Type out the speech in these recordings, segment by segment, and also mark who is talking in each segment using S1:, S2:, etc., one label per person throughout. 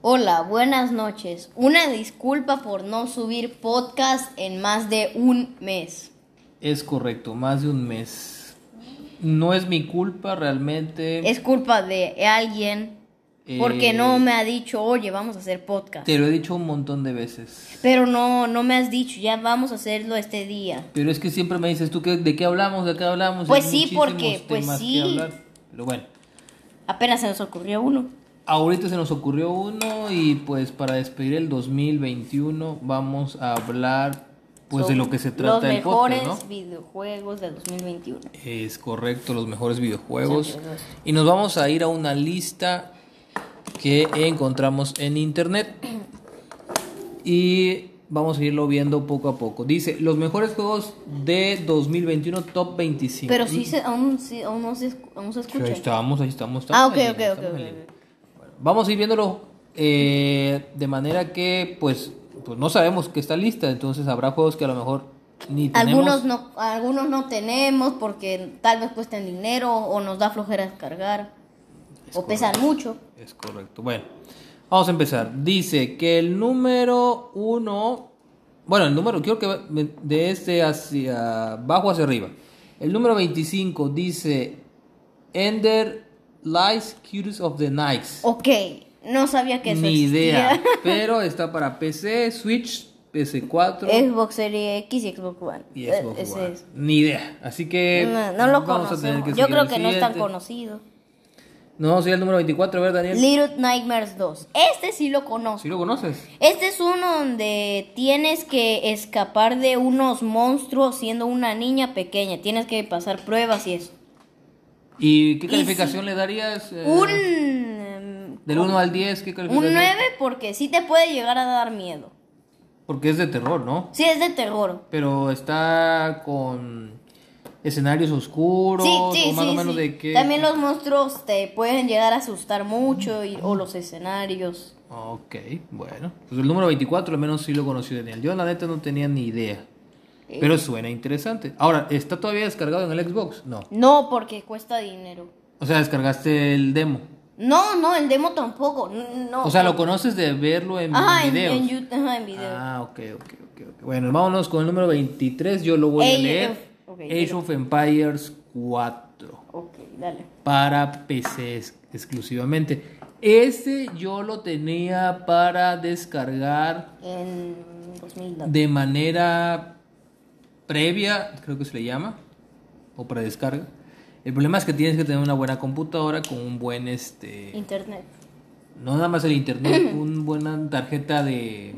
S1: Hola, buenas noches. Una disculpa por no subir podcast en más de un mes.
S2: Es correcto, más de un mes. No es mi culpa realmente.
S1: Es culpa de alguien porque
S2: Eh,
S1: no me ha dicho, oye, vamos a hacer podcast.
S2: Te lo he dicho un montón de veces.
S1: Pero no, no me has dicho, ya vamos a hacerlo este día.
S2: Pero es que siempre me dices, ¿tú qué- de qué hablamos? ¿De qué hablamos?
S1: Pues
S2: Hay
S1: sí,
S2: muchísimos
S1: porque- pues
S2: temas que
S1: sí.
S2: hablar. Pero bueno,
S1: Apenas se nos ocurrió uno.
S2: ahorita se nos ocurrió uno y pues para despedir el 2021 vamos a hablar pues de
S1: Son
S2: lo que se
S1: Los
S2: trata el
S1: mejores
S2: podcast, ¿no?
S1: videojuegos de 2021.
S2: Es correcto, los mejores videojuegos.
S1: Sí, los mejores.
S2: Y nos vamos a ir a una lista que encontramos en internet. Y vamos a irlo viendo poco a poco. Dice, los mejores juegos de 2021, top 25.
S1: Pero sí, se, aún, sí, aún no se, escu- aún se
S2: Sí,
S1: escucha.
S2: ahí estamos, ahí estamos.
S1: Ah,
S2: estamos
S1: ok,
S2: en
S1: ok, ok.
S2: línea, estamos en
S1: ok,
S2: línea.
S1: ok.
S2: Vamos a ir viéndolo eh, de manera que, pues, pues, no sabemos que está lista. Entonces habrá juegos que a lo mejor ni tenemos.
S1: Algunos no, algunos no tenemos porque tal vez cuesten dinero o nos da flojera descargar
S2: Es
S1: o pesan
S2: correcto.
S1: mucho.
S2: Es correcto. Bueno, vamos a empezar. Dice que el número uno, bueno, el número, quiero que va- me- de este hacia abajo hacia arriba. El número 25 dice Ender Lies Curious of the Nights.
S1: Ok, no sabía Oh, que eso
S2: Ni
S1: existía.
S2: idea, pero está para PC, Switch, PC4
S1: Xbox Series X y Xbox One.
S2: y
S1: Eh,
S2: Xbox
S1: ese
S2: One.
S1: es.
S2: Ni idea. Así que
S1: No, no lo
S2: vamos a tener
S1: conocemos.
S2: que
S1: Yo
S2: seguir
S1: creo
S2: al
S1: que no es tan
S2: siguiente.
S1: conocido.
S2: No, sería el número 24, a ver, Daniel.
S1: Little Nightmares 2. Este sí lo conozco.
S2: Si lo conoces.
S1: Este es uno donde tienes que escapar de unos monstruos siendo una niña pequeña. Tienes que pasar pruebas y eso.
S2: ¿Y qué
S1: Y
S2: calificación le darías? eh,
S1: Un... em,
S2: Del 1 al 10, ¿qué calificación?
S1: Un 9 porque sí te puede llegar a dar miedo.
S2: Porque es de terror, ¿no?
S1: Sí, es de terror.
S2: Pero está con escenarios oscuros,
S1: Sí, sí,
S2: o más
S1: sí,
S2: o menos
S1: sí.
S2: de qué.
S1: También los monstruos te pueden llegar a asustar mucho y- o los escenarios.
S2: Ok, bueno. Pues el número 24 al menos sí lo conoció Daniel. Yo la neta no tenía ni idea.
S1: Eh.
S2: Pero suena interesante. Ahora, ¿está todavía descargado en el Xbox? No.
S1: No, porque cuesta dinero.
S2: O sea, descargaste el demo.
S1: No, no, el demo tampoco. n- No.
S2: O sea, lo conoces de verlo en
S1: Ajá, en,
S2: videos.
S1: en YouTube, ajá, en video.
S2: Ah, ok, ok, ok. ok. Bueno, vámonos con el número 23. Yo lo voy a
S1: Age
S2: leer.
S1: of- ok,
S2: Age
S1: yo-
S2: of Empires 4.
S1: Ok, dale.
S2: para PC ex- exclusivamente. Este yo lo tenía para descargar
S1: En 2002.
S2: de manera previa, creo que se le llama, o para descarga. El problema es que tienes que tener una buena computadora con un buen, este,
S1: Internet.
S2: no nada más el internet, una buena tarjeta de,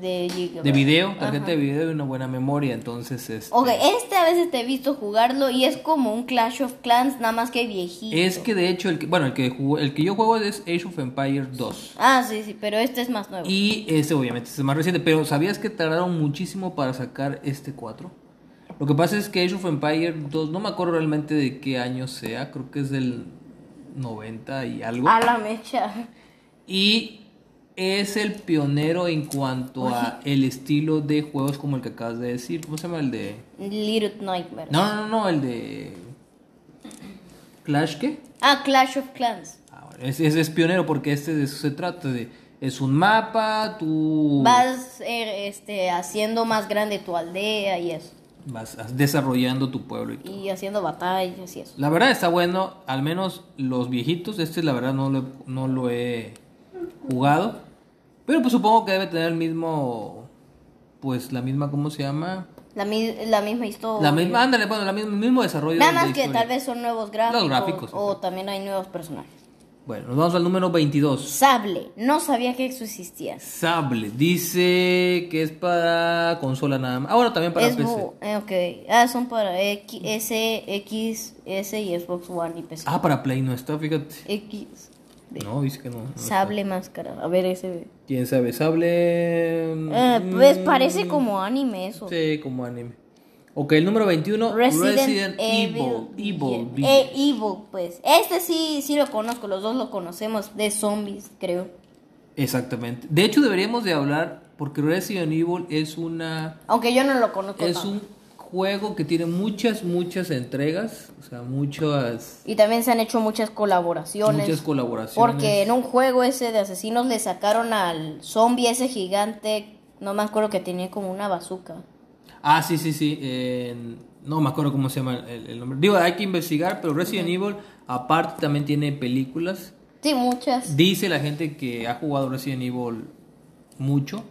S1: De, gigabyte.
S2: de video, tarjeta de video y una buena memoria. Entonces, este,
S1: Ok, este a veces te he visto jugarlo y es como un Clash of Clans, nada más que viejito.
S2: es que de hecho, el que, bueno, el que, jugué- el que yo juego es Age of Empires 2.
S1: Ah, sí, sí, pero este es más nuevo.
S2: Y este obviamente este es más reciente, pero ¿sabías que tardaron muchísimo para sacar este 4? Lo que pasa es que Age of Empire 2, no me acuerdo realmente de qué año sea, creo que es del 90 y algo.
S1: A la mecha.
S2: Y es el pionero en cuanto a el estilo de juegos como el que acabas de decir. ¿Cómo se llama el de...?
S1: Little Nightmare.
S2: No, no, no, no, el de... ¿Clash qué?
S1: Ah, Clash of Clans.
S2: Ah, bueno, es, es, es pionero porque este de eso se trata, de... Es un mapa, tú...
S1: Vas eh, este, haciendo más grande tu aldea y eso.
S2: vas as- desarrollando tu pueblo y todo.
S1: Y haciendo batallas y eso.
S2: La verdad está bueno, al menos los viejitos, este la verdad no lo, he- no lo he jugado, pero pues supongo que debe tener el mismo, pues la misma, ¿cómo se llama?
S1: La, mi- la misma historia.
S2: La misma, ándale, bueno, la misma, el mismo desarrollo.
S1: Nada
S2: de-
S1: más
S2: de
S1: que
S2: historia.
S1: tal vez son nuevos gráficos.
S2: Los gráficos,
S1: O
S2: exacto.
S1: también hay nuevos personajes.
S2: Bueno, nos vamos al número 22.
S1: Sable. No sabía que eso existía.
S2: Sable, dice que es para consola nada más. Ahora también para
S1: es
S2: PC.
S1: mu- eh, ok. Ah, son para X, S, X, S y Xbox One y PC.
S2: Ah, para Play no está, fíjate.
S1: X. de-
S2: No, dice que no. no está.
S1: Sable máscara. A ver, ese.
S2: ¿Quién sabe? Sable... mm,
S1: Eh, pues parece como anime eso.
S2: Sí, como anime. Ok, el número 21, Resident, Evil. Evil,
S1: Evil. Eh, Evil, pues. Este sí, sí lo conozco, los dos lo conocemos, de zombies, creo.
S2: Exactamente. De hecho, deberíamos de hablar, porque Resident Evil es una...
S1: Aunque yo no lo conozco.
S2: Es
S1: tanto.
S2: un juego que tiene muchas, muchas entregas, o sea, muchas,
S1: Y también se han hecho muchas colaboraciones.
S2: muchas colaboraciones.
S1: Porque en un juego ese de asesinos le sacaron al zombie ese gigante, no me acuerdo que tenía como una bazooka.
S2: Ah, sí, sí, sí. en- no me acuerdo cómo se llama el, el nombre. Digo, hay que investigar, pero Resident Evil, aparte, también tiene películas.
S1: Sí, muchas.
S2: Dice la gente que ha jugado Resident Evil mucho,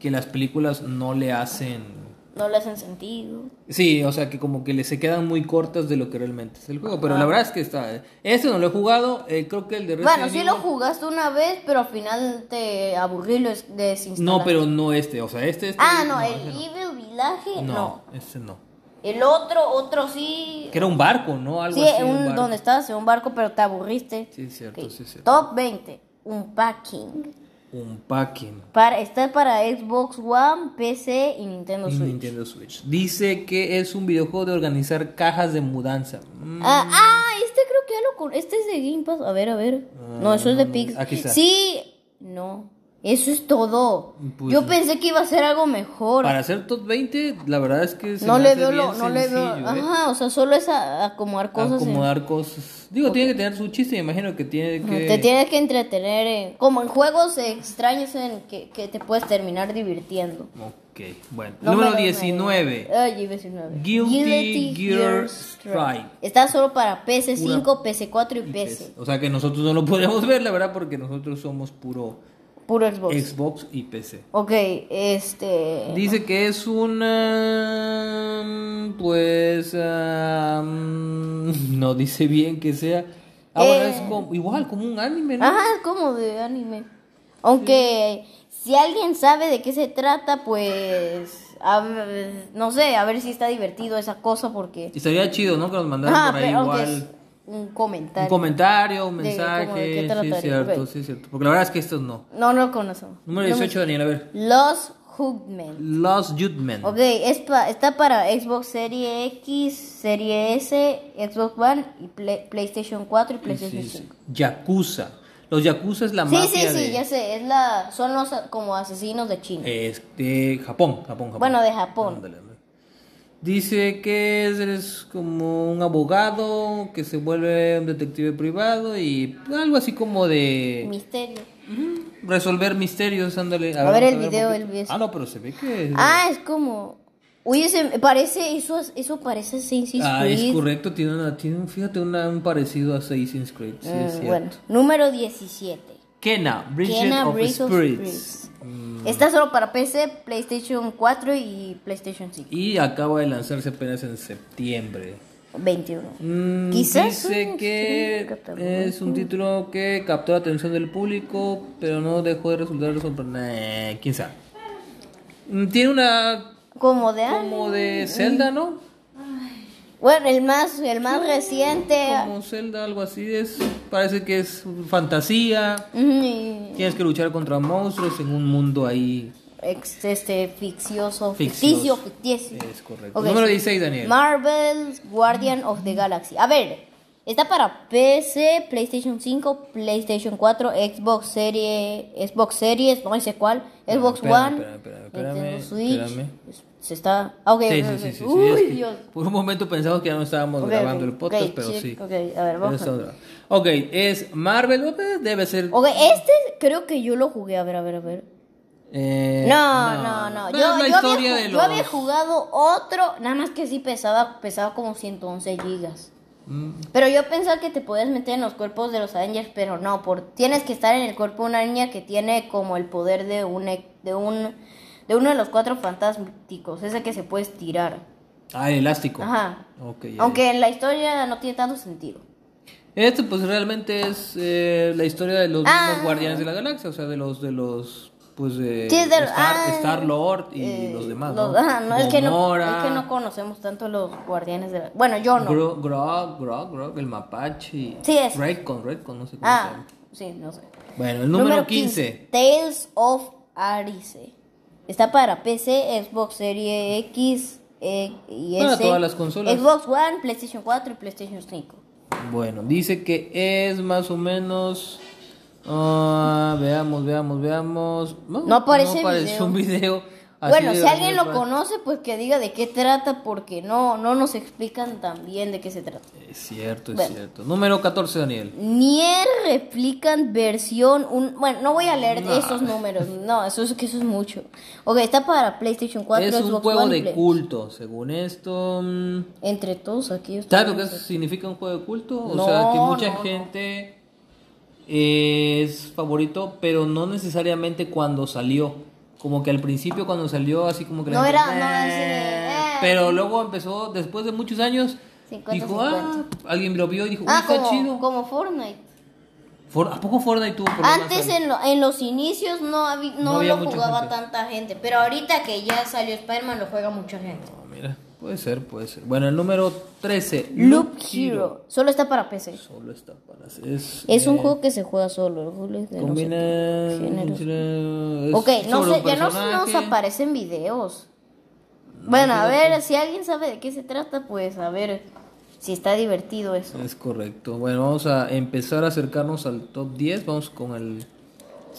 S2: que las películas no le hacen...
S1: No le hacen sentido.
S2: Sí, o sea que como que le se quedan muy cortas de lo que realmente es el juego, pero la verdad es que está... Este no lo he jugado, eh, creo que el de Resident
S1: Bueno, sí
S2: Evil...
S1: lo jugaste una vez, pero al final te aburrí lo des- desinstalaste.
S2: No, pero no este, o sea, este... este-
S1: Ah, no,
S2: ese
S1: el Evil Village, no.
S2: No, este no.
S1: El otro, otro sí.
S2: Que era un barco, ¿no? Algo
S1: Sí,
S2: así,
S1: un-
S2: barco.
S1: donde estabas en un barco, pero te aburriste.
S2: Sí, es cierto,
S1: Ok.
S2: sí, es cierto.
S1: Top 20. Un packing.
S2: Un packing.
S1: Para, está para Xbox One, PC y Nintendo
S2: Y
S1: Switch.
S2: Nintendo Switch. Dice que es un videojuego de organizar cajas de mudanza. Mm,
S1: Ah, ah, este creo que ya lo con... Este es de Game Pass. A ver, a ver. no, eso es de Pix.
S2: Ah, aquí está.
S1: Sí. No. Eso es todo.
S2: Pues
S1: Yo
S2: no.
S1: pensé que iba a ser algo mejor.
S2: Para hacer top 20, la verdad es que se
S1: no
S2: me
S1: le
S2: hace
S1: veo
S2: bien
S1: lo, no le veo.
S2: sencillo, ¿eh?
S1: Ajá, o sea, solo es a- acomodar cosas. en-
S2: Acomodar cosas. Digo, tiene que tener su chiste, me imagino que tiene que...
S1: Te tienes que entretener en- como en juegos extraños en que, que te puedes terminar divirtiendo.
S2: Ok, bueno.
S1: No
S2: Número
S1: me lo- Eh,
S2: 19.
S1: Ay, 19.
S2: Guilty Gear Strive.
S1: Está solo para PC5, PC4 y PC.
S2: O sea que nosotros no lo podemos ver, la verdad, porque nosotros somos puro
S1: Puro Xbox.
S2: Xbox y PC.
S1: ok, este.
S2: Dice que es una... Pues... ah, mm, no dice bien que sea... Ah,
S1: Eh.
S2: bueno,
S1: Ah.
S2: es como- igual, como un anime, ¿no?
S1: Ajá, es como de anime. Aunque si alguien sabe de qué se trata, pues a ver, no sé, a ver si está divertido esa cosa porque
S2: Y Estaría chido, ¿no? Que nos mandaran
S1: Ajá,
S2: por ahí
S1: pero aunque es
S2: igual
S1: un
S2: un
S1: comentario.
S2: comentario, un
S1: de como de qué
S2: mensaje. Sí,
S1: trataría,
S2: es cierto,
S1: ok.
S2: sí, es cierto. Porque la verdad es que estos no.
S1: no, no lo conocemos.
S2: Número
S1: No me-
S2: 18, Daniel, a ver.
S1: Los Hookmen.
S2: Lost Youth Men.
S1: Ok, es pa- está para Xbox Serie X, Serie S, Xbox One y Play- PlayStation 4 y PlayStation
S2: Sí, sí.
S1: 5.
S2: Yakuza. Los Yakuza es la
S1: Sí,
S2: mafia
S1: sí, sí,
S2: de
S1: ya sé, es la, son los a- como asesinos de China.
S2: este, Japón, Japón, Japón.
S1: Bueno, de Japón.
S2: Ándale, ándale. Dice que es- eres como un abogado que se vuelve un detective privado y algo así como de
S1: Misterio.
S2: resolver misterios, ándale.
S1: A ver el
S2: vamos
S1: video,
S2: un
S1: el
S2: poquito.
S1: video.
S2: Ah, no, pero se ve que... es-
S1: Ah, es como. Oye, se- parece. Eso, es- eso parece Assassin's
S2: Ah,
S1: Creed.
S2: es correcto, tiene, una, tiene un, fíjate, una- un parecido a Assassin's Creed, sí,
S1: Mm,
S2: es cierto.
S1: bueno, número 17.
S2: Kena, Bridget
S1: Kena
S2: of
S1: Bridge of
S2: Spirits. Mm,
S1: Está solo para PC, PlayStation 4 y PlayStation 5.
S2: Y acaba de lanzarse apenas en septiembre.
S1: 21.
S2: Mm,
S1: Quizás
S2: Dice
S1: un
S2: que
S1: stream que mm.
S2: es un título que captó la atención del público, pero no dejó de resultar sorprendente. ¿Quién sabe? Mm, Tiene una
S1: Como de.
S2: como de Zelda, ¿no?
S1: Bueno, el más, el más reciente.
S2: Como Zelda, algo así es. Parece que es fantasía.
S1: mm, y-
S2: Tienes que luchar contra monstruos en un mundo ahí.
S1: ex- Este, ficcioso,
S2: Ficcioso.
S1: ficticio, ficticio.
S2: Es correcto.
S1: Ok,
S2: Número
S1: sí.
S2: 16, Daniel.
S1: Marvel's Guardian of the Galaxy. A ver, está para PC, PlayStation 5, PlayStation 4, Xbox Series, Xbox Series, no sé cuál, Xbox
S2: espérame,
S1: One,
S2: espérame, espérame, espérame,
S1: Nintendo Switch.
S2: espérame.
S1: Se está. Ah, ok,
S2: Sí,
S1: ok,
S2: sí,
S1: ok.
S2: sí, sí, sí,
S1: Uy,
S2: es que
S1: Dios.
S2: Por un momento pensamos que ya no estábamos
S1: Ok,
S2: grabando
S1: ok,
S2: el podcast,
S1: ok,
S2: pero
S1: sí,
S2: sí.
S1: ok, a ver,
S2: Pero
S1: vamos a-
S2: estamos grabando. Ok, es Marvel, eh, debe ser.
S1: Ok, este creo que yo lo jugué. A ver, a ver, a ver.
S2: eh,
S1: No, no, no.
S2: Es
S1: Yo,
S2: la
S1: yo
S2: historia
S1: había,
S2: de
S1: ju-
S2: los.
S1: yo había jugado otro, nada más que sí pesaba, pesaba como 111 gigas.
S2: Mm,
S1: Pero yo pensaba que te podías meter en los cuerpos de los Avengers, pero no, por tienes que estar en el cuerpo de una niña que tiene como el poder de un e- de un de uno de los cuatro fantásticos, ese que se puede estirar.
S2: Ah, el elástico.
S1: Ajá.
S2: Ok, ya,
S1: Aunque en la historia no tiene tanto sentido.
S2: ya. Este, pues realmente es eh, la historia de los
S1: Ah.
S2: mismos Guardianes de la Galaxia, o sea, de los. De los pues de
S1: Sí, es de-
S2: Star,
S1: ah, eh,
S2: Star Lord y los demás.
S1: Los-
S2: ¿no?
S1: ajá, no, es que no, es
S2: Gamora,
S1: que no conocemos tanto los guardianes de la Bueno, yo no.
S2: Gro- Grog, Grog, Grog, el mapache.
S1: Sí, es.
S2: Redcon, Redcon, no sé cómo se
S1: ah,
S2: llama.
S1: sí, no sé.
S2: Bueno, el número, 15.
S1: Tales of Arise. Está para PC, Xbox Series X eh, y
S2: Para
S1: S,
S2: todas las consolas.
S1: Xbox One, PlayStation 4 y PlayStation 5.
S2: Bueno, dice que es más o menos. ah, veamos, veamos, veamos.
S1: No aparece video.
S2: apareció un video. Así
S1: bueno,
S2: de-
S1: si alguien
S2: así
S1: lo
S2: de-
S1: conoce, pues que diga de qué trata, porque no, no nos explican tan bien de qué se trata.
S2: Es cierto, es
S1: Bueno.
S2: cierto. Número 14, Daniel.
S1: Nier replican versión un bueno no voy a leer
S2: No.
S1: esos números no eso es que eso es mucho ok está para PlayStation 4
S2: es un
S1: Xbox
S2: juego
S1: One y
S2: de
S1: Play.
S2: culto, según esto. mm,
S1: entre todos aquellos
S2: ¿Sabes lo que eso significa un juego de culto? O
S1: No,
S2: sea, que mucha
S1: no, no.
S2: gente es favorito, pero no necesariamente cuando salió. Como que al principio cuando salió, así como que la
S1: No
S2: gente,
S1: era- no era así de,
S2: "Eh",
S1: "Eh".
S2: Pero luego empezó, después de muchos años,
S1: 50,
S2: dijo, ah, alguien lo vio y dijo, uy,
S1: ah
S2: está
S1: como,
S2: chido.
S1: como Fortnite
S2: For- ¿A poco Fortnite tuvo problemas?
S1: antes
S2: Alex?
S1: en, lo- en los inicios no habí-
S2: No
S1: no,
S2: había
S1: lo
S2: mucha
S1: jugaba
S2: gente.
S1: tanta gente pero ahorita que ya salió Spider-Man lo juega mucha gente
S2: No, mira, puede ser, puede ser. Bueno, el número 13.
S1: Loop Hero solo está para PC
S2: Solo está para... Es,
S1: es un
S2: eh,
S1: juego que se juega solo el juego es de no sé
S2: Combina.
S1: qué géneros.
S2: es
S1: Ok, no
S2: sobre
S1: sé,
S2: un
S1: ya no nos
S2: personaje.
S1: aparecen videos. Bueno, a ver, si alguien sabe de qué se trata, pues a ver si está divertido eso.
S2: Es correcto. Bueno, vamos a empezar a acercarnos al top 10. Vamos con el.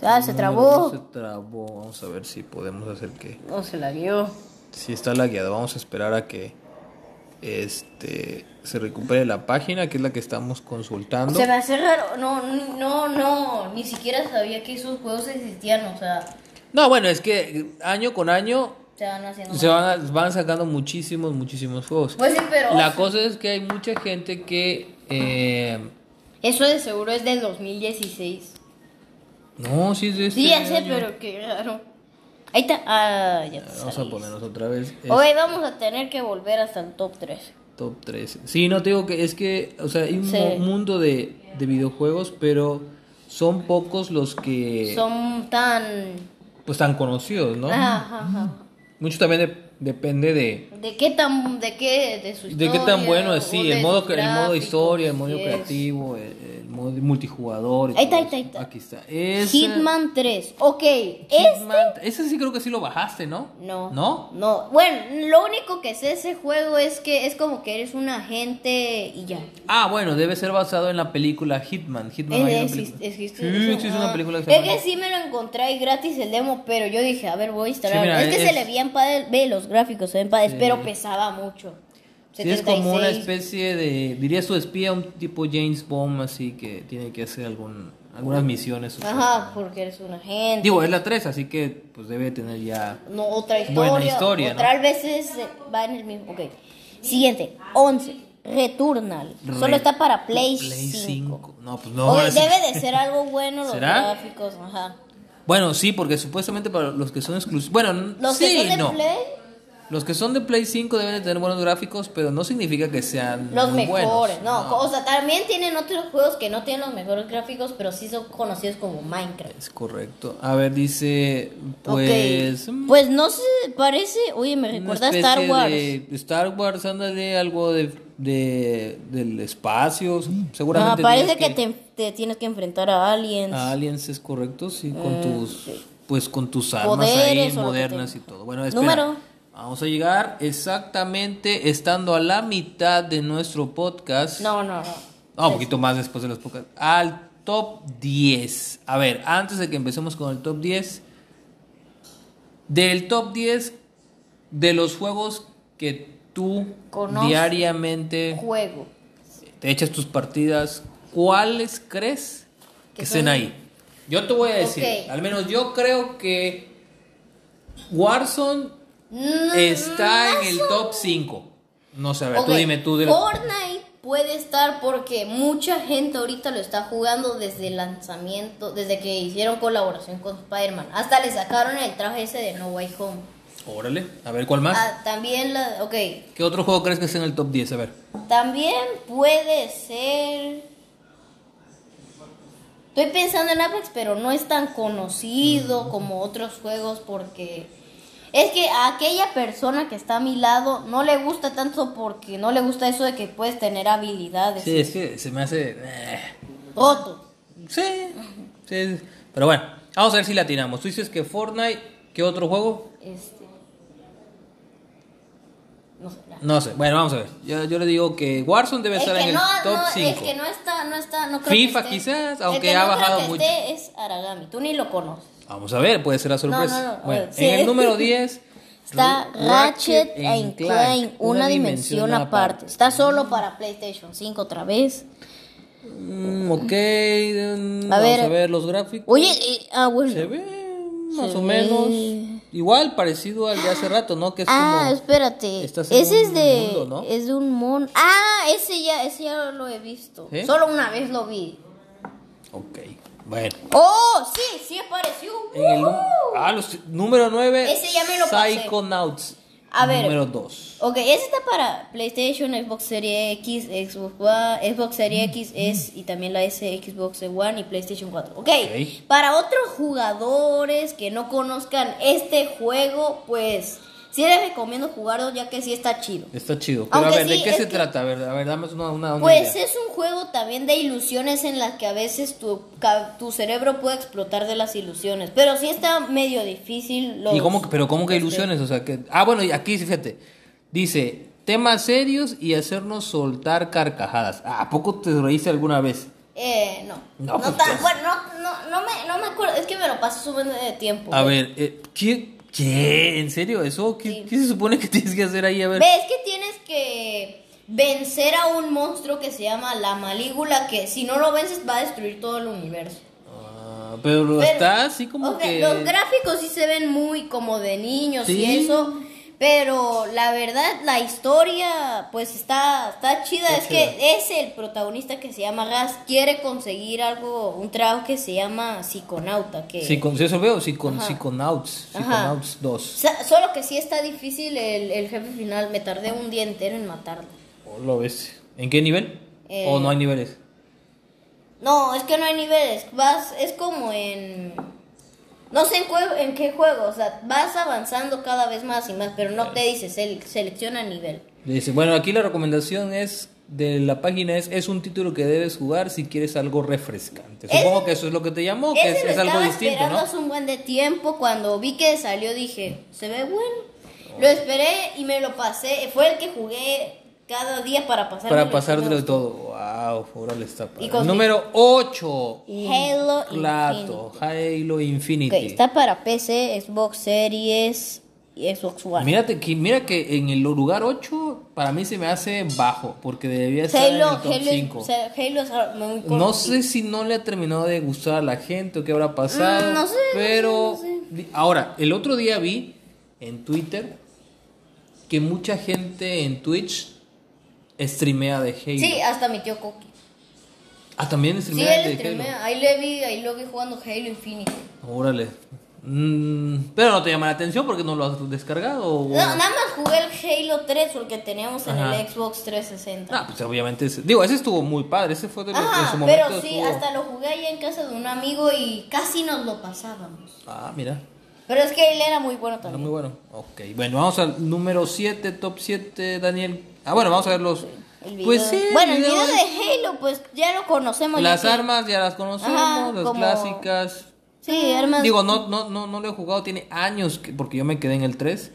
S1: Ah, se
S2: número-
S1: trabó.
S2: Se trabó. Vamos a ver si podemos hacer que.
S1: No se la dio.
S2: Si está lagueado, vamos a esperar a que. Este. Se recupere la página, que es la que estamos consultando.
S1: Se me hace raro. No, ni- no, no. Ni siquiera sabía que esos juegos existían. O sea,
S2: No, bueno, es que año con año
S1: se van haciendo.
S2: se
S1: más.
S2: van, a- van sacando muchísimos, muchísimos juegos.
S1: Pues sí, pero.
S2: La cosa es que hay mucha gente que. eh,
S1: Eso de seguro es del 2016.
S2: No, sí es de
S1: Sí,
S2: este
S1: ya sé,
S2: año.
S1: eh, pero qué raro. Ahí está. Ah, ya te
S2: Vamos a este.
S1: salí.
S2: ponernos otra vez. es
S1: Hoy vamos a tener que volver hasta el top 3.
S2: Top 3. Sí, no te digo que es que, o sea, hay un
S1: Sí.
S2: mu- mundo de, de videojuegos, pero son pocos los que
S1: Son tan.
S2: pues tan conocidos, ¿no?
S1: Ajá, ajá.
S2: Mucho también de- depende de,
S1: ¿De qué tan de qué de su
S2: de qué tan
S1: historia,
S2: bueno
S1: o
S2: es, sí,
S1: de
S2: el modo,
S1: sus
S2: que- el modo
S1: gráficos,
S2: historia, el modo
S1: yes.
S2: creativo, el, el modo multijugador. y
S1: Ahí está,
S2: todo
S1: ahí está,
S2: eso.
S1: ahí está.
S2: Aquí está. Ese-
S1: Hitman 3. Ok, este es
S2: Hitman- Ese sí creo que sí lo bajaste, ¿no?
S1: no.
S2: ¿No?
S1: No. Bueno, lo único que sé de ese juego es que es como que eres un agente y ya.
S2: Ah, bueno, debe ser basado en la película Hitman. Hitman hay una
S1: Es,
S2: película.
S1: existe, existe-
S2: sí,
S1: ese-
S2: existe una
S1: ah.
S2: película que se
S1: Es
S2: llama-
S1: que sí me lo encontré ahí gratis el demo, pero yo dije, a ver, voy a instalar.
S2: mira,
S1: es que
S2: es-
S1: se le veían padres, ve los gráficos, se ven padres,
S2: Sí.
S1: pero pesaba mucho.
S2: Sí, es como una
S1: 76.
S2: especie de, diría su espía, un tipo James Bond, así que tiene que hacer algún, algunas misiones. o
S1: Ajá, porque eres un agente.
S2: sea. Digo, es la 3, así que pues debe tener ya...
S1: No, otra historia.
S2: Buena historia,
S1: o
S2: ¿no?
S1: Tal vez es- eh, va en el mismo. Ok. Siguiente. 11. Returnal. Solo
S2: re-
S1: está para Play,
S2: Play
S1: 5.
S2: cinco. No, pues no.
S1: Ok,
S2: ahora sí.
S1: debe de ser algo bueno los
S2: ¿Será?
S1: gráficos. Ajá.
S2: Bueno, sí, porque supuestamente para los que son exclusivos... Bueno, n-
S1: Los
S2: sí,
S1: que son de
S2: no.
S1: Play,
S2: Los que son de Play 5 deben de tener buenos gráficos, pero no significa que sean
S1: los
S2: muy buenos.
S1: mejores. No, o sea, también tienen otros juegos que no tienen los mejores gráficos, pero sí son conocidos como Minecraft.
S2: Es correcto. A ver, dice,
S1: Ok.
S2: pues... mm,
S1: Pues no se parece. Oye, me
S2: Una
S1: recuerda a Star
S2: especie
S1: Wars.
S2: de Star Wars, ándale, algo de, de- del espacio. Seguramente.
S1: Ah, parece que,
S2: tienes
S1: Te, te tienes que enfrentar a aliens.
S2: a aliens es correcto, sí, con tus. Pues con tus armas
S1: Eh, Poderes
S2: ahí
S1: o lo que
S2: modernas y
S1: tengas.
S2: todo. Bueno, espera.
S1: Número.
S2: Vamos a llegar exactamente estando a la mitad de nuestro podcast.
S1: No, no, no.
S2: Ah, un poquito más después de los podcasts. Al top 10. A ver, antes de que empecemos con el top 10. Del top 10 de los juegos que tú
S1: Conoces.
S2: diariamente
S1: juego.
S2: te echas tus partidas, ¿cuáles crees que,
S1: Que
S2: estén
S1: son-
S2: ahí? Yo te voy a decir,
S1: Ok.
S2: al menos yo creo que Warzone está en el top 5. No sé, a ver, tú
S1: Ok,
S2: dime tú de los-
S1: Fortnite puede estar porque mucha gente ahorita lo está jugando desde el lanzamiento, desde que hicieron colaboración con Spider-Man. Hasta le sacaron el traje ese de No Way Home.
S2: Órale, a ver, ¿cuál más?
S1: Ah, también la, ok,
S2: ¿Qué otro juego crees que esté en el top 10? A ver.
S1: también puede ser Estoy pensando en Apex, pero no es tan
S2: Mm.
S1: conocido como otros juegos porque es que a aquella persona que está a mi lado no le gusta tanto porque no le gusta eso de que puedes tener habilidades.
S2: Sí, es que se me hace... eh,
S1: Roto.
S2: sí, sí. Pero bueno, vamos a ver si la tiramos. Tú dices que Fortnite, ¿qué otro juego?
S1: Este. No sé. la-
S2: No sé, bueno, vamos a ver. Yo, yo le digo que Warzone debe
S1: Es
S2: estar
S1: que,
S2: en el
S1: no,
S2: top
S1: no,
S2: 5.
S1: es que no está, no está, no creo
S2: FIFA
S1: que esté.
S2: quizás,
S1: El
S2: aunque
S1: que
S2: ha
S1: no creo
S2: bajado
S1: que
S2: mucho.
S1: esté es Aragami, tú ni lo conoces.
S2: Vamos a ver, puede ser la sorpresa.
S1: No, no, no,
S2: bueno,
S1: sí.
S2: en el número 10
S1: Está Ratchet
S2: Ru- Ratchet
S1: and
S2: and
S1: Clank,
S2: Clank,
S1: una dimensión aparte. Está solo para PlayStation 5 otra vez.
S2: Mm, ok, mm, vamos
S1: ver.
S2: a ver los gráficos.
S1: Oye, eh, ah, bueno.
S2: Se ve más
S1: Se
S2: o
S1: ve.
S2: menos igual, parecido al de hace rato, ¿no? Que es
S1: ah,
S2: como...
S1: espérate.
S2: estás en
S1: Ese es
S2: un
S1: de
S2: mundo, ¿no?
S1: es de un mono. Ah, ese ya ese ya lo he visto.
S2: ¿Sí?
S1: Solo una vez lo vi.
S2: Ok, bueno.
S1: Oh, sí, sí apareció.
S2: En el nu-
S1: ¡Woohoo!
S2: ah, los- número 9.
S1: Ese ya me lo pasé.
S2: Psychonauts.
S1: A ver.
S2: Número 2.
S1: Ok, ese está para PlayStation, Xbox Series X, Xbox One, Xbox Series X S y también la S, Xbox One y PlayStation 4. Ok,
S2: Ok.
S1: para otros jugadores que no conozcan este juego, pues sí les recomiendo jugarlo ya que sí está chido.
S2: Está chido. Pero
S1: Aunque
S2: a ver,
S1: sí,
S2: ¿de qué
S1: es
S2: se
S1: que-
S2: trata? A ver, a ver, dame una, una, una
S1: Pues
S2: idea.
S1: es un juego también de ilusiones en las que a veces tu, ca- tu cerebro puede explotar de las ilusiones, pero sí está medio difícil. Los,
S2: ¿Y cómo, que- pero cómo que
S1: este,
S2: ilusiones? O sea, que... Ah, bueno, y aquí, fíjate. Dice, temas serios y hacernos soltar carcajadas. Ah, ¿A poco te reíste alguna vez?
S1: Eh, no. No,
S2: No, pues,
S1: tan-
S2: ¿qué?
S1: bueno, no, no, no me, no me acuerdo. Es que me lo pasé un buen de tiempo.
S2: A
S1: güey.
S2: ver, eh, ¿qué? ¿Qué? ¿En serio eso? ¿Qué,
S1: Sí.
S2: qué se supone que tienes que hacer ahí? A ver.
S1: Ves que tienes que vencer a un monstruo que se llama la malígula, que si no lo vences va a destruir todo el universo.
S2: Ah, pero,
S1: Pero-
S2: está así como
S1: ok,
S2: que...
S1: Los gráficos sí se ven muy como de niños y
S2: Sí.
S1: eso. Pero la verdad, la historia, pues está, está chida.
S2: Está
S1: es que es el protagonista que se llama Gas. Quiere conseguir algo, un trabajo que se llama Psiconauta. Que,
S2: Psico- sí, eso veo, psico-
S1: Ajá.
S2: Psiconauts,
S1: Ajá.
S2: Psiconauts 2.
S1: Sa- Solo que sí está difícil el, el jefe final. Me tardé un día entero en matarlo.
S2: ¿O lo ves? ¿En qué nivel?
S1: Eh,
S2: ¿O no hay niveles?
S1: No, es que no hay niveles. Vas, es como en. No sé en, cue- en qué juego. O sea, vas avanzando cada vez más y más, pero no te dice sele- selecciona nivel.
S2: Dice, bueno, aquí la recomendación es de la página es es un título que debes jugar si quieres algo refrescante.
S1: Ese-
S2: Supongo que eso es lo que te llamó, que
S1: Ese
S2: es,
S1: lo
S2: es algo
S1: estaba
S2: distinto,
S1: esperando
S2: ¿no?
S1: hace un buen de tiempo. Cuando vi que salió, dije, se ve bueno. Lo esperé y me lo pasé. Fue el que jugué cada día para pasar.
S2: Para pasártelo de todo. Wow, órale está padre.
S1: Y con-
S2: Número 8.
S1: Halo Infinite.
S2: Plato, Halo Infinity.
S1: Ok, está para PC, Xbox Series y Xbox One.
S2: Mírate que, mira que en el lugar 8 para mí se me hace bajo, porque debía estar
S1: Halo,
S2: en el top
S1: Halo,
S2: 5.
S1: o sea, Halo es ahora muy
S2: No
S1: conocido.
S2: sé si no le ha terminado de gustar a la gente o qué habrá pasado.
S1: Mm, no sé, no
S2: Pero
S1: sé,
S2: di- ahora, el otro día vi en Twitter que mucha gente en Twitch streamea de Halo.
S1: Sí, hasta mi tío Coqui.
S2: Ah, también
S1: Sí,
S2: streamea
S1: él
S2: de Halo.
S1: streamea. Ahí le vi, ahí lo vi jugando Halo Infinite.
S2: Órale. Mm, pero no te llama la atención porque no lo has descargado. o-
S1: No, nada más jugué el Halo 3 porque teníamos en
S2: Ajá.
S1: el Xbox 360.
S2: Ah, pues obviamente. ese- digo, ese estuvo muy padre. Ese fue de lo que en
S1: Ajá,
S2: su momento.
S1: pero sí,
S2: estuvo-
S1: hasta lo jugué allá en casa de un amigo y casi nos lo pasábamos.
S2: Ah, mira.
S1: Pero es que él era muy bueno
S2: Está
S1: también.
S2: Ah, muy bueno. Ok, bueno, vamos al número 7, top 7, Daniel. Ah, bueno, vamos a ver los.
S1: El video
S2: Pues
S1: de-
S2: sí, el
S1: bueno, el
S2: video
S1: video
S2: es-
S1: de Halo, pues ya lo conocemos. ya
S2: Las
S1: que-
S2: armas ya las conocemos,
S1: Ajá,
S2: las
S1: como-
S2: clásicas.
S1: Sí, armas.
S2: Digo, no, no, no, no lo he jugado, tiene años, que- porque yo me quedé en el 3.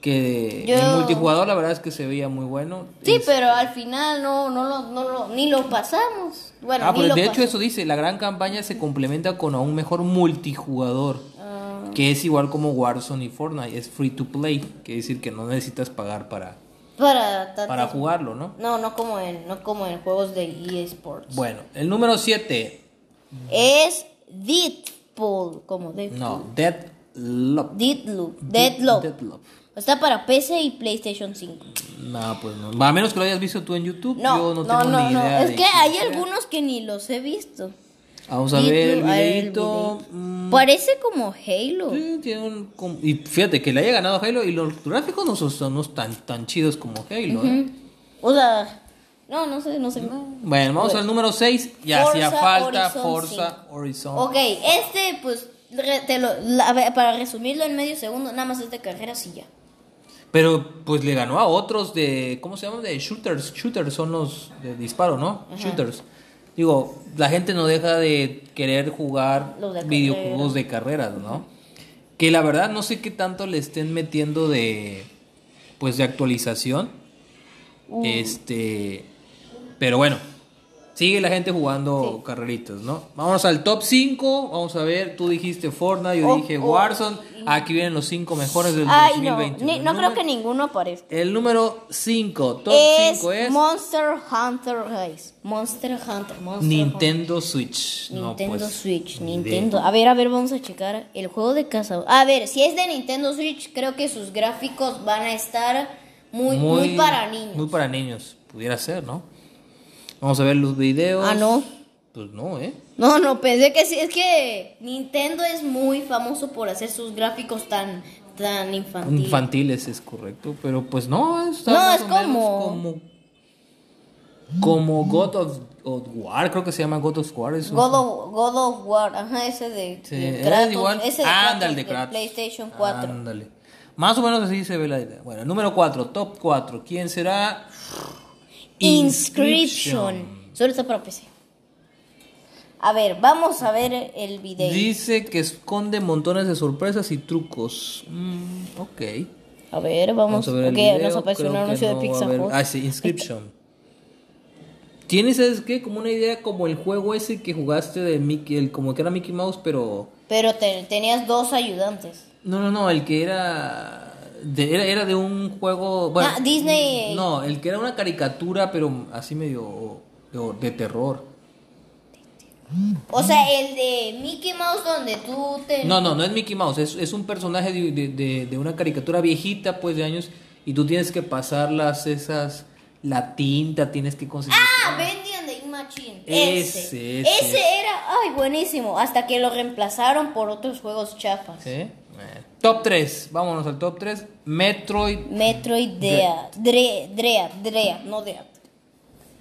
S2: Que
S1: Yo-
S2: el multijugador, la verdad es que se veía muy bueno.
S1: Sí,
S2: Es-
S1: pero al final no, no, lo, no lo, ni lo pasamos. Bueno,
S2: ah,
S1: ni
S2: pero
S1: lo
S2: de hecho,
S1: pasamos.
S2: eso dice: la gran campaña se complementa con aún mejor multijugador.
S1: Ah.
S2: Que es igual como Warzone y Fortnite, es free to play, quiere decir que no necesitas pagar para,
S1: Para, tantos-
S2: para jugarlo, ¿no?
S1: No, no como en, no como en juegos de eSports.
S2: Bueno, el número 7.
S1: Es Deadpool, como Deadpool.
S2: No, Dead Love.
S1: Deadloop. Deadloop.
S2: Dead Love.
S1: Está para PC y PlayStation 5.
S2: No, pues no. A menos que lo hayas visto tú en YouTube,
S1: No,
S2: yo no,
S1: no,
S2: tengo
S1: no,
S2: ni
S1: no.
S2: idea.
S1: Es
S2: de
S1: que
S2: quién
S1: hay
S2: sea.
S1: algunos que ni los he visto.
S2: Vamos a ver el
S1: Deadloop, a ver el
S2: videito.
S1: videíto.
S2: Mm,
S1: Parece como Halo.
S2: sí, tiene un com- Y fíjate que le haya ganado Halo y los gráficos no son, no son tan, tan chidos como Halo. ¿eh?
S1: Mm. O sea, no, no sé, no sé.
S2: Bueno, vamos al número 6. Ya
S1: Pues Forza
S2: hacía falta
S1: Horizon
S2: Forza Horizon.
S1: Ok, este, pues, re- te lo- la- a ver, para resumirlo en medio segundo, nada más es de carreras y ya.
S2: Pero pues le ganó a otros de. ¿Cómo se llaman? De shooters. Shooters son los de disparo, ¿no? Shooters. Digo, la gente no deja de querer jugar
S1: Los de
S2: videojuegos de carreras, ¿no? Que la verdad no sé qué tanto le estén metiendo de.
S1: Uh.
S2: Pues de actualización. Este. Pero bueno. Sigue la gente jugando carreritas, ¿no? Vamos al top 5. Vamos a ver. Tú dijiste Fortnite, yo
S1: Oh,
S2: dije
S1: oh.
S2: Warzone. Aquí vienen los 5 mejores del
S1: Ay, no.
S2: 2020.
S1: ni- no creo que ninguno aparezca.
S2: El número 5, top 5
S1: Es,
S2: es
S1: Monster Hunter Rise. Monster Hunter. Monster
S2: Nintendo Switch.
S1: Hunter.
S2: No,
S1: Nintendo
S2: pues,
S1: Switch,
S2: ni idea.
S1: Nintendo. A ver, a ver, vamos a checar el juego de casa. A ver, si es de Nintendo Switch, creo que sus gráficos van a estar muy, muy, para niños.
S2: Muy para niños, pudiera ser, ¿no? Vamos a ver los videos.
S1: Ah, no.
S2: Pues no, ¿eh?
S1: No, no, pensé que sí. Es que Nintendo es muy famoso por hacer sus gráficos tan, tan infantiles.
S2: Infantiles es correcto, pero pues no, está
S1: No,
S2: más
S1: es
S2: o menos
S1: como-
S2: como como God of, of War, creo que se llama God of War. es un-
S1: God of, God of War, ajá, ese de,
S2: Sí,
S1: de
S2: es
S1: Kratos,
S2: igual. Ah,
S1: ese de,
S2: Ándale,
S1: Kratos,
S2: de
S1: de
S2: Kratos.
S1: PlayStation 4.
S2: Ándale. Más o menos así se ve la idea. Bueno, número 4, top 4. ¿Quién será?
S1: Inscription. Solo está para PC. A ver, vamos a ver el video.
S2: Dice que esconde montones de sorpresas y trucos. Mm, ok.
S1: A ver, vamos.
S2: Vamos a ver el
S1: ok,
S2: video.
S1: nos apareció un
S2: Creo que
S1: anuncio
S2: no
S1: de
S2: va a
S1: Pizza
S2: haber-
S1: Hut.
S2: Ah, sí, Inscription. ¿Tienes, sabes qué? Como una idea como el juego ese que jugaste de Mickey, el, como que era Mickey Mouse, pero...
S1: Pero te- tenías dos ayudantes.
S2: No, no, no, el que era... de- era, era de un juego... Bueno,
S1: Ah, Disney.
S2: No, el que era una caricatura, pero así medio de, de terror.
S1: O sea, el de Mickey Mouse donde tú te...
S2: No, no, no es Mickey Mouse, es, es un personaje de, de- de- de una caricatura viejita, pues, de años, y tú tienes que pasar las esas... La tinta, tienes que conseguir...
S1: Ah, Bendy and the Ink Machine. Ese.
S2: Ese,
S1: Ese,
S2: ese.
S1: era, ay, buenísimo. Hasta que lo reemplazaron por otros juegos chafas.
S2: Sí. ¿eh? Top 3, vámonos al top 3. Metroid.
S1: Metroid Dread. Dre- Dread, Dread, no Dread.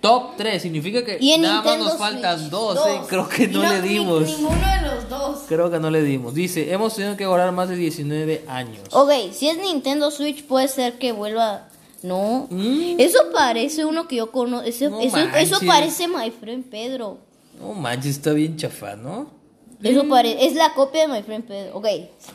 S2: Top 3 significa que
S1: Y en
S2: nada
S1: Nintendo
S2: más nos faltan
S1: Switch,
S2: dos, ¿eh? creo que
S1: Y
S2: no, le
S1: ni-
S2: dimos.
S1: ninguno de los dos.
S2: Creo que no le dimos. Dice, hemos tenido que orar más de 19 años.
S1: Ok, si es Nintendo Switch puede ser que vuelva... No.
S2: Mm.
S1: Eso parece uno que yo conozco. Eso,
S2: No
S1: eso, eso
S2: manches.
S1: parece My Friend Pedro.
S2: No manches, está bien chafa, ¿no?
S1: Eso parece... Es la copia de My Friend Pedro. Ok.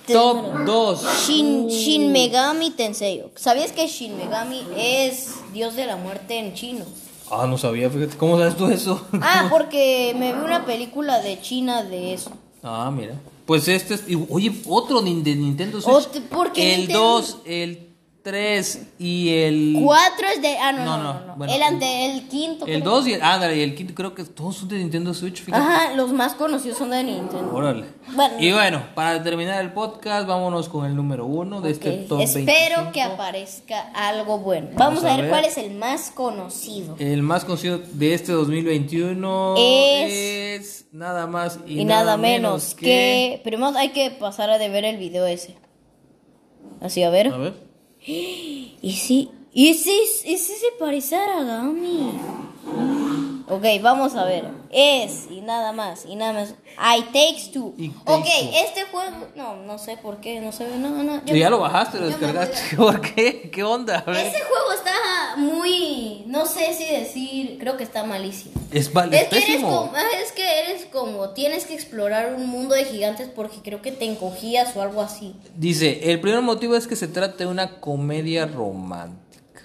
S2: Mm. Top
S1: número-
S2: 2.
S1: Shin, Shin Megami Tensei. ¿Sabías que Shin Megami es dios de la muerte en chino?
S2: Ah, no sabía, fíjate. ¿Cómo sabes tú eso?
S1: Ah, porque me vi una película de China de eso.
S2: Ah, mira. Pues este es. y- Oye, otro nin- de Nintendo Switch.
S1: Ot- ¿por qué
S2: el
S1: Nintendo?
S2: 2, el 3 y el.
S1: Cuatro es de... Ah, no,
S2: No,
S1: no,
S2: no,
S1: no, no.
S2: bueno.
S1: el, ante, el quinto.
S2: El
S1: creo.
S2: 2 y el. Ándale, y el quinto, creo que todos son de Nintendo Switch, fíjate.
S1: Ajá, los más conocidos son de Nintendo.
S2: Órale.
S1: Bueno.
S2: y bueno, para terminar el podcast, vámonos con el número uno de
S1: Ok,
S2: este top
S1: Espero
S2: 25.
S1: que aparezca algo bueno. Vamos, a, ver cuál es el más conocido.
S2: El más conocido de este 2021 es,
S1: Es-
S2: nada más y,
S1: Y, nada, menos, que... Primero hay que pasar a de ver el video ese. Así, a ver.
S2: A ver.
S1: ¿Y si, y si, y si se parece a Aragami? Ok, vamos a ver. Es, y nada más, y nada más. I Takes Two.
S2: Y
S1: ok,
S2: Takes Two.
S1: este juego, no, no sé por qué, no sé, no, no.
S2: Tú ya lo bajaste, lo
S1: yo me
S2: descargaste. ¿Por qué? ¿Qué onda? A ver.
S1: Este juego está muy, no sé si decir, creo que está malísimo.
S2: Es, mal- es
S1: Es que, eres
S2: pésimo.
S1: como, ah, es que eres como, tienes que explorar un mundo de gigantes porque creo que te encogías o algo así.
S2: Dice, el primer motivo es que se trata de una comedia romántica.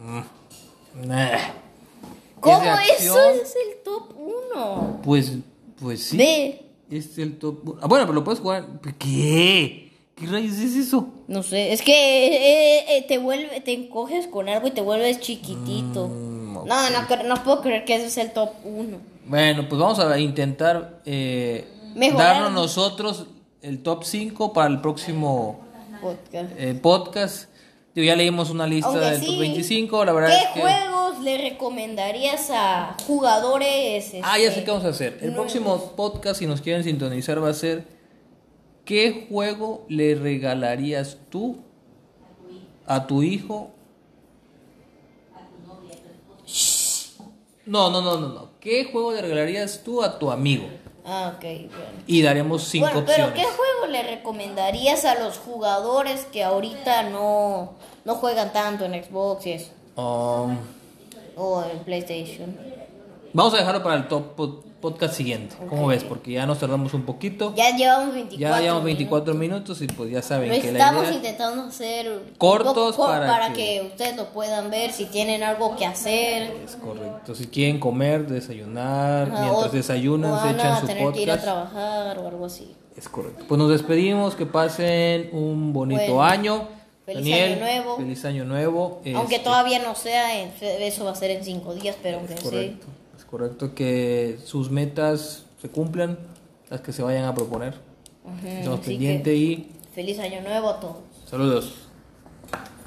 S2: Mm. Nah.
S1: ¿Cómo
S2: de
S1: eso
S2: acción.
S1: es el top 1?
S2: Pues, pues sí.
S1: Ve,
S2: Este es el top. Ah, bueno, pero lo puedes jugar. ¿Qué? ¿Qué rayos es eso?
S1: No sé, es que eh, eh, eh, te vuelve, te encoges con algo y te vuelves chiquitito.
S2: Mm,
S1: No, no, cre- no puedo creer que ese es el top 1.
S2: Bueno, pues vamos a intentar eh,
S1: Mejorar.
S2: darnos nosotros el top 5 para el próximo
S1: Podcast.
S2: eh, podcast. Digo, ya leímos una lista
S1: Aunque
S2: del
S1: sí,
S2: top 25, la verdad
S1: ¿Qué
S2: es que...
S1: juegos le recomendarías a jugadores?
S2: Ah, ya sé
S1: este,
S2: qué vamos a hacer. El próximo podcast, si nos quieren sintonizar, va a ser ¿Qué juego le regalarías tú a tu hijo? No, no, no, no, no. ¿Qué juego le regalarías tú a tu amigo?
S1: Ah, ok, bueno.
S2: Y daremos cinco
S1: Bueno,
S2: opciones.
S1: pero ¿qué juego le recomendarías a los jugadores que ahorita no, no juegan tanto en Xbox y eso?
S2: Um,
S1: O en PlayStation.
S2: vamos a dejarlo para el top pod- podcast siguiente. ¿Cómo ves? Porque ya nos tardamos un poquito.
S1: Ya llevamos 24.
S2: Ya llevamos 24 minutos, y pues ya saben
S1: Lo
S2: que la
S1: estamos
S2: idea...
S1: intentando hacer
S2: Cortos
S1: un poco cor-
S2: para que-
S1: que... ustedes lo puedan ver si tienen algo que hacer.
S2: Es correcto. Si quieren comer, desayunar,
S1: Ajá,
S2: mientras
S1: Ah, o- o
S2: desayunan, se
S1: van a
S2: echan su
S1: tener que ir a
S2: podcast.
S1: trabajar o algo así.
S2: Es correcto. Pues nos despedimos, que pasen un bonito
S1: Bueno,
S2: año.
S1: feliz
S2: Daniel,
S1: año nuevo.
S2: Feliz año nuevo.
S1: Aunque
S2: Este,
S1: todavía no sea, en fe- eso va a ser en 5 días, pero aunque
S2: Es
S1: sí.
S2: correcto. Es correcto que sus metas se cumplan, las que se vayan a proponer.
S1: Ujú, así Mm,
S2: Estamos
S1: que
S2: pendientes y
S1: Feliz año nuevo a todos.
S2: saludos.